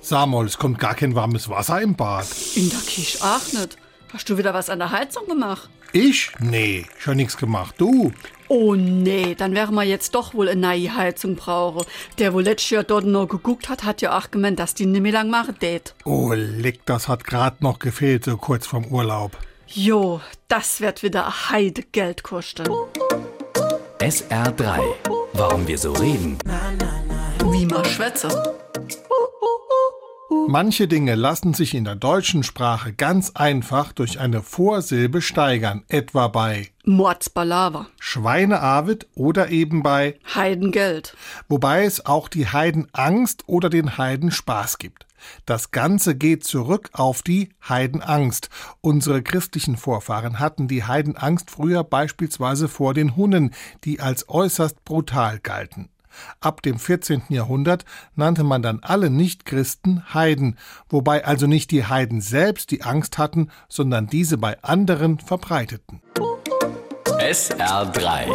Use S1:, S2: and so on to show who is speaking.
S1: Sag mal, es kommt gar kein warmes Wasser im Bad.
S2: In der Kisch auch nicht. Hast du wieder was an der Heizung gemacht?
S1: Ich? Nee, schon nichts gemacht. Du?
S2: Oh nee, dann wären wir jetzt doch wohl eine neue Heizung brauche. Der, wo letztes Jahr dort noch geguckt hat, hat ja auch gemeint, dass die nimmer lang machen tät.
S1: Oh, leck, das hat grad noch gefehlt, so kurz vorm Urlaub.
S2: Jo, das wird wieder ein Heide Geld kosten.
S3: SR3. Warum wir so reden.
S2: Wie man schwätze.
S1: Manche Dinge lassen sich in der deutschen Sprache ganz einfach durch eine Vorsilbe steigern, etwa bei
S2: Mordsbalava.
S1: Schweineavid oder eben bei,
S2: Heidengeld.
S1: wobei es auch die Heidenangst oder den Heidenspaß gibt. Das Ganze geht zurück auf die Heidenangst. Unsere christlichen Vorfahren hatten die Heidenangst früher beispielsweise vor den Hunnen, die als äußerst brutal galten. Ab dem 14. Jahrhundert nannte man dann alle Nichtchristen Heiden, wobei also nicht die Heiden selbst die Angst hatten, sondern diese bei anderen verbreiteten.
S3: SR3.